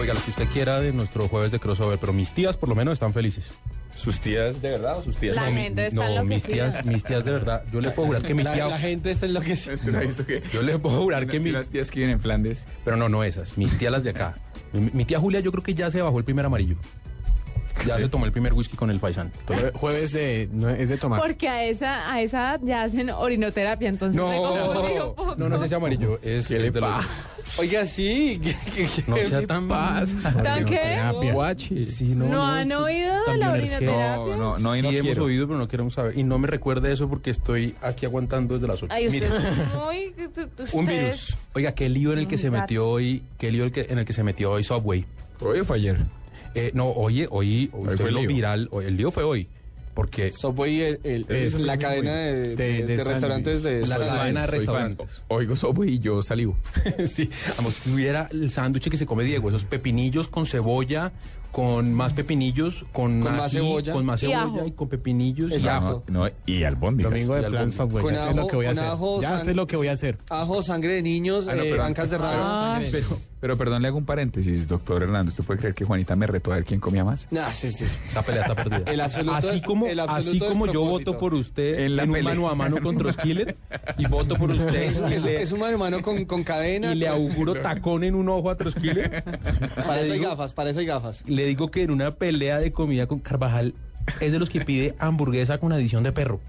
Oiga, lo que usted quiera de nuestro jueves de crossover, pero mis tías por lo menos están felices. ¿Sus tías de verdad o sus tías no, La no? mi- gente está no, mis enloquecida. tías, mis tías de verdad. Yo le puedo jurar que mi La, tía. la gente está enloquecida. ¿Tú no Este, has visto que? Yo le puedo jurar que que mi. las tías que vienen en Flandes. Pero no, no esas. Mis tías las de acá. Mi, mi tía Julia, yo creo que ya se bajó el primer amarillo. Ya se tomó el primer whisky con el faisán. Entonces, Jue- Jueves de, no, es de Ah. tomar. Porque a esa, a esa edad ya hacen orinoterapia, entonces me confundí un No, poco. no, no es ese amarillo. Es, ¿Qué es le de los- pasa? Oiga, sí. ¿qué- qué- qué- No sea tan. pasa? ¿Tan qué? Guachi. Sí, no, ¿No han tú- oído de tan la bioenergético. orinoterapia? No, no, no, y no sí, hemos quiero. oído, pero no queremos saber. Y no me recuerde eso porque estoy aquí aguantando desde las 8. Ay, usted es muy... ustedes- un virus. Oiga, qué lío en el que se Un gato. metió hoy, qué lío el que- en el que se metió hoy Subway. ¿Hoy o fue ayer? Eh, no, oye, hoy, hoy Hoy fue fue lo lío. viral, hoy- el lío fue hoy, porque Subway el- el- es, Es la muy cadena de, de- bueno. De- de de restaurantes de La sándwich. cadena de Soy fan. restaurantes. Oigo Subway y yo salivo. sí, vamos, si hubiera el sándwich que se come Diego, esos pepinillos con cebolla, con más pepinillos, con, Con más ají, cebolla. con más Y cebolla y, ajo. con pepinillos. y Exacto. ajo. No, y albóndigas. Domingo Y de plan albóndigas. software. Con Ya sé lo ajo- que voy a con hacer. ajo, ya sé san- lo que voy a hacer. Ajo, sangre de niños, Ah, no, eh, pero- bancas de rabo. Ah, Pero, pero perdón, le hago un paréntesis, doctor Hernando. ¿Usted puede creer que Juanita me retó a ver quién comía más? Nah, sí, sí, sí. La pelea está perdida. El absoluto así des- como, el absoluto así como yo despropósito. voto por usted en, En la un pelea. mano a mano contra Skillet y voto por usted Es, y es- le- es un mano a mano con, con cadena. y le con- auguro tacón en un ojo a Trosquile. para le eso hay digo- gafas, para eso hay gafas. Le digo que en una pelea de comida con Carvajal es de los que pide hamburguesa con adición de perro.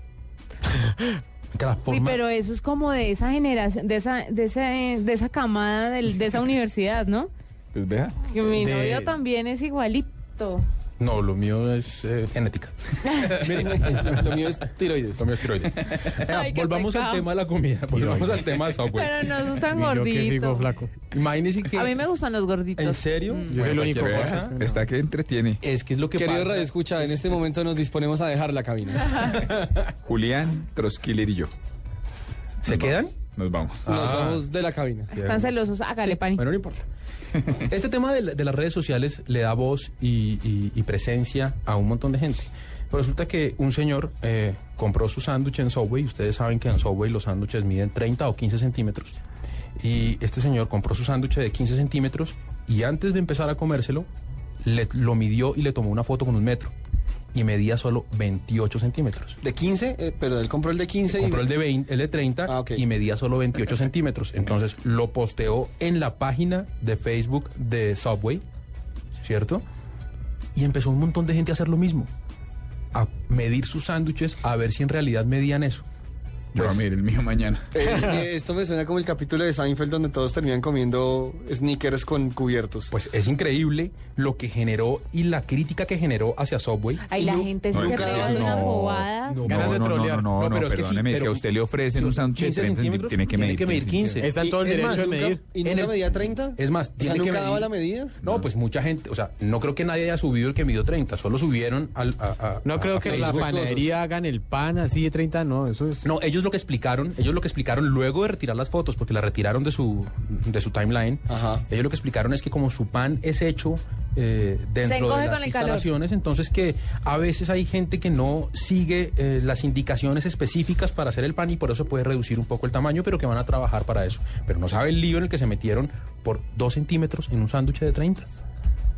Que la Uy, forma- pero eso es como de esa generación, de esa, de esa, de esa camada, del- de esa universidad, ¿no? Pues vea. Que mi De- novio también es igualito. No, lo mío es eh, genética. Miren, lo mío es tiroides. Lo mío es tiroide. Vea, Ay, qué volvamos al pecado. tema de la comida. Volvamos Pues al tema de Subway. Pero no sos tan Y yo que sigo gordito. flaco. Imagínese que... A mí me gustan los gorditos. Mm. ¿En serio? Yo soy el único. cualquier gordo. cosa. Está que entretiene. Es que es lo que Querido pasa. Radio Escucha, en este momento nos disponemos a dejar la cabina. Julián, Troskiller y yo. ¿Se quedan? Nos vamos. Nos Ah. vamos de la cabina. Están celosos. Hágale, pani. Bueno, no importa. Este tema de, la- de las redes sociales le da voz y, y- y presencia a un montón de gente. Pero resulta que un señor eh, compró su sándwich en Subway. Ustedes saben que en Subway los sándwiches miden 30 o 15 centímetros. Y este señor compró su sándwich de 15 centímetros y antes de empezar a comérselo, le- lo midió y le tomó una foto con un metro. Y medía solo 28 centímetros. De 15, eh, pero él compró el de 15 y Compró el de 20, el de 30 Ah, ok. y medía solo 28 centímetros. Entonces lo posteó en la página de Facebook de Subway, ¿cierto? Y empezó un montón de gente a hacer lo mismo, a medir sus sándwiches, a ver si en realidad medían eso. Yo a mirar el mío mañana. Eh, eh, esto me suena como el capítulo de Seinfeld donde todos terminan comiendo sneakers con cubiertos. Pues es increíble lo que generó y la crítica que generó hacia Subway. Ay, la gente sí no, se es que pega eso de unas no, bobadas. no, Ganas de no, trolear. No, no, no, pero es que sí, perdóneme. si pero- a usted le ofrecen un sándwich de 15 30, centímetros, tiene que medir, 15. Está en todo el Y- es derecho más, de nunca- medir. ¿Y En nunca el- medía 30? Es más, O sea, tiene que ¿nunca daba medir- la medida? No, pues mucha gente, o sea, no creo que nadie haya subido el que midió 30, solo subieron al... a- a- No a- creo a que en Facebook. la Facebook. panadería hagan el pan así de 30, no, eso es. No, ellos lo que explicaron, ellos lo que explicaron luego de retirar las fotos, porque las retiraron de su, de su timeline, Ajá. ellos lo que explicaron es que como su pan es hecho eh, dentro encoge de con las el calor. instalaciones, entonces que a veces hay gente que no sigue eh, las indicaciones específicas para hacer el pan y por eso puede reducir un poco el tamaño, pero que van a trabajar para eso. Pero no sabe el lío en el que se metieron por dos centímetros en un sándwich de 30.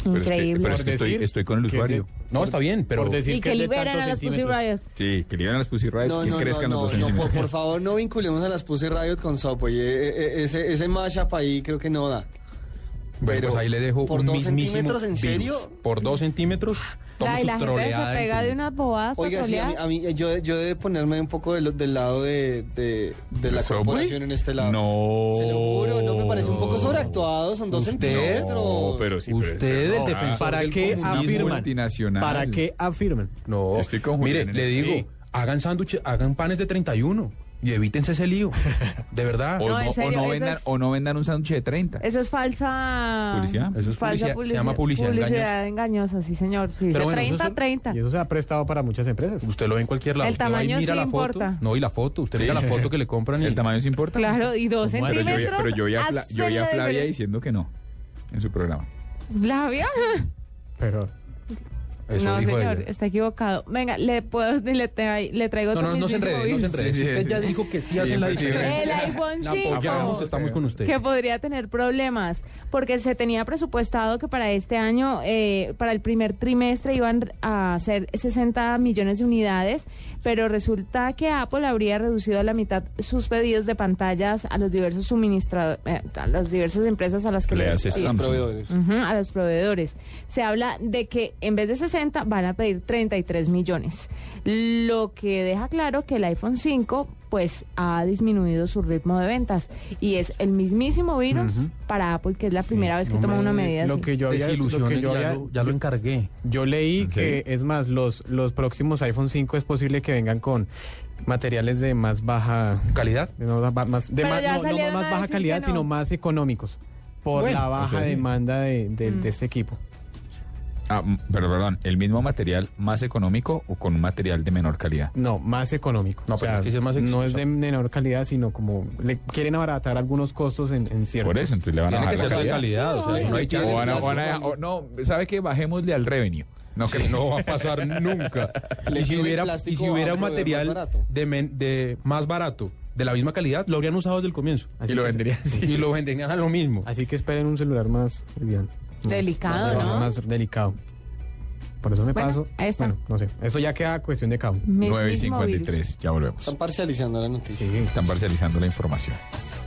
Pero es que- Increíble. pero es que Por estoy- decir estoy con el que usuario. se- No, está bien, pero... por decir y es que de liberan tantos a las Pussy centímetros. Riot. Sí, que le iban a las Pussy Riot, No, que no, no, crezcan no, los dos no, por, centímetros. por favor no vinculemos a las Pussy Riot con Subway. Eh, eh, eh, ese, ese mashup ahí creo que no da. Bueno, Pero, pues ahí le dejo ¿por un dos mismísimo centímetros, en virus. serio? Por dos centímetros, toma Ay, su la gente troleada pues. se en pega tu- de unas bobadas. para Oiga, sí, a mí, trolear. a mí- eh, yo, yo de ponerme un poco de lo- del lado de, de- de la ¿Subway? corporación en este lado. No. Se lo juro, no me parece un poco sobreactuado, son dos Usted- centímetros. No, pero Pues sí. pero- Usted, el no, defensor ¿Para del qué comunismo. afirman? multinacional. ¿Para qué afirman? No, Estoy con mire, Julián en le esto. digo, Sí. hagan sándwiches, hagan panes de 31 y evítense ese lío. De verdad. O No, en no, o serio, no eso vendan, es- Pues, o no vendan un sándwich de 30. Eso es falsa... Publicidad. Eso es falsa publicidad, se llama publicidad engañosa. engañosa. sí, señor. Sí, Pero dice bueno, eso 30, es- 30. Y eso se ha prestado para muchas empresas. Usted lo ve en cualquier lado. El Usted va y tamaño mira sí la foto. importa. No, y la foto. Usted mira la foto que le compran y ¿El tamaño se importa? Claro, y dos ¿Cómo así? Pero yo, vi- centímetros. pero yo vi a, Fla- yo vi hacen a la Flavia diferencia. diciendo que no en su programa. ¿Flavia? Pero Eso no, dijo señor, ella. está equivocado. Venga, le puedo, le, tra- le traigo No, otro no, no se mismísimo enrede, no se virus. enrede. Sí, sí, Usted ya sí. dijo que sí Sí, hacen la sí, sí. diferencia. El iPhone La 5. apoyamos, estamos con usted. que podría tener problemas, porque se tenía presupuestado que para este año, eh, para el primer trimestre iban a ser 60 millones de unidades, pero resulta que Apple habría reducido a la mitad sus pedidos de pantallas a los diversos suministradores, a las diversas empresas a las que Le les hace A los Samsung. proveedores. Ujú, a los proveedores. Se habla de que en vez de 60 van a pedir 33 millones, lo que deja claro que el iPhone 5 pues ha disminuido su ritmo de ventas y es el mismísimo virus para Apple que es la primera vez que no toma me- una medida Lo así. que yo había, lo que Desilusiones, yo ya, había- lo, ya lo encargué. Yo leí ¿En que, serio? es más, los, los próximos iPhone 5 es posible que vengan con materiales de más baja ¿Calidad? de no, ba- más, de Pero más- ya no- no salieron más a baja decir calidad, que no. sino más económicos por Bueno, la baja ok, sí. demanda de, de- Mm. de este equipo. Ah, m- pero perdón, ¿el mismo material más económico o con un material de menor calidad? No, más económico. No, O pero sea, es que sí es más ex- no es de menor calidad, sino como le quieren abaratar algunos costos en, en ciertos. Por eso, entonces le van a Tiene bajar que la ser de calidad. calidad, o sea, si no hay O van chance. a- o van a- o no, ¿sabe qué? Bajémosle al revenue. No, Sí, que no va a pasar nunca. Le y si sube hubiera, el plástico y si a hubiera un otro de material más de men- de más barato. barato. De, la misma calidad, lo habrían usado desde el comienzo. Así Y lo que- venderían. Y lo venderían a lo mismo. Así que esperen un celular más liviano, más- Delicado, más- ¿no? Más delicado. Por eso me Bueno, paso. ahí está. Mm. Bueno, no sé. Eso ya queda cuestión de cabo. Mismísimo 9.53, ya volvemos. Están parcializando la noticia. Están parcializando la información.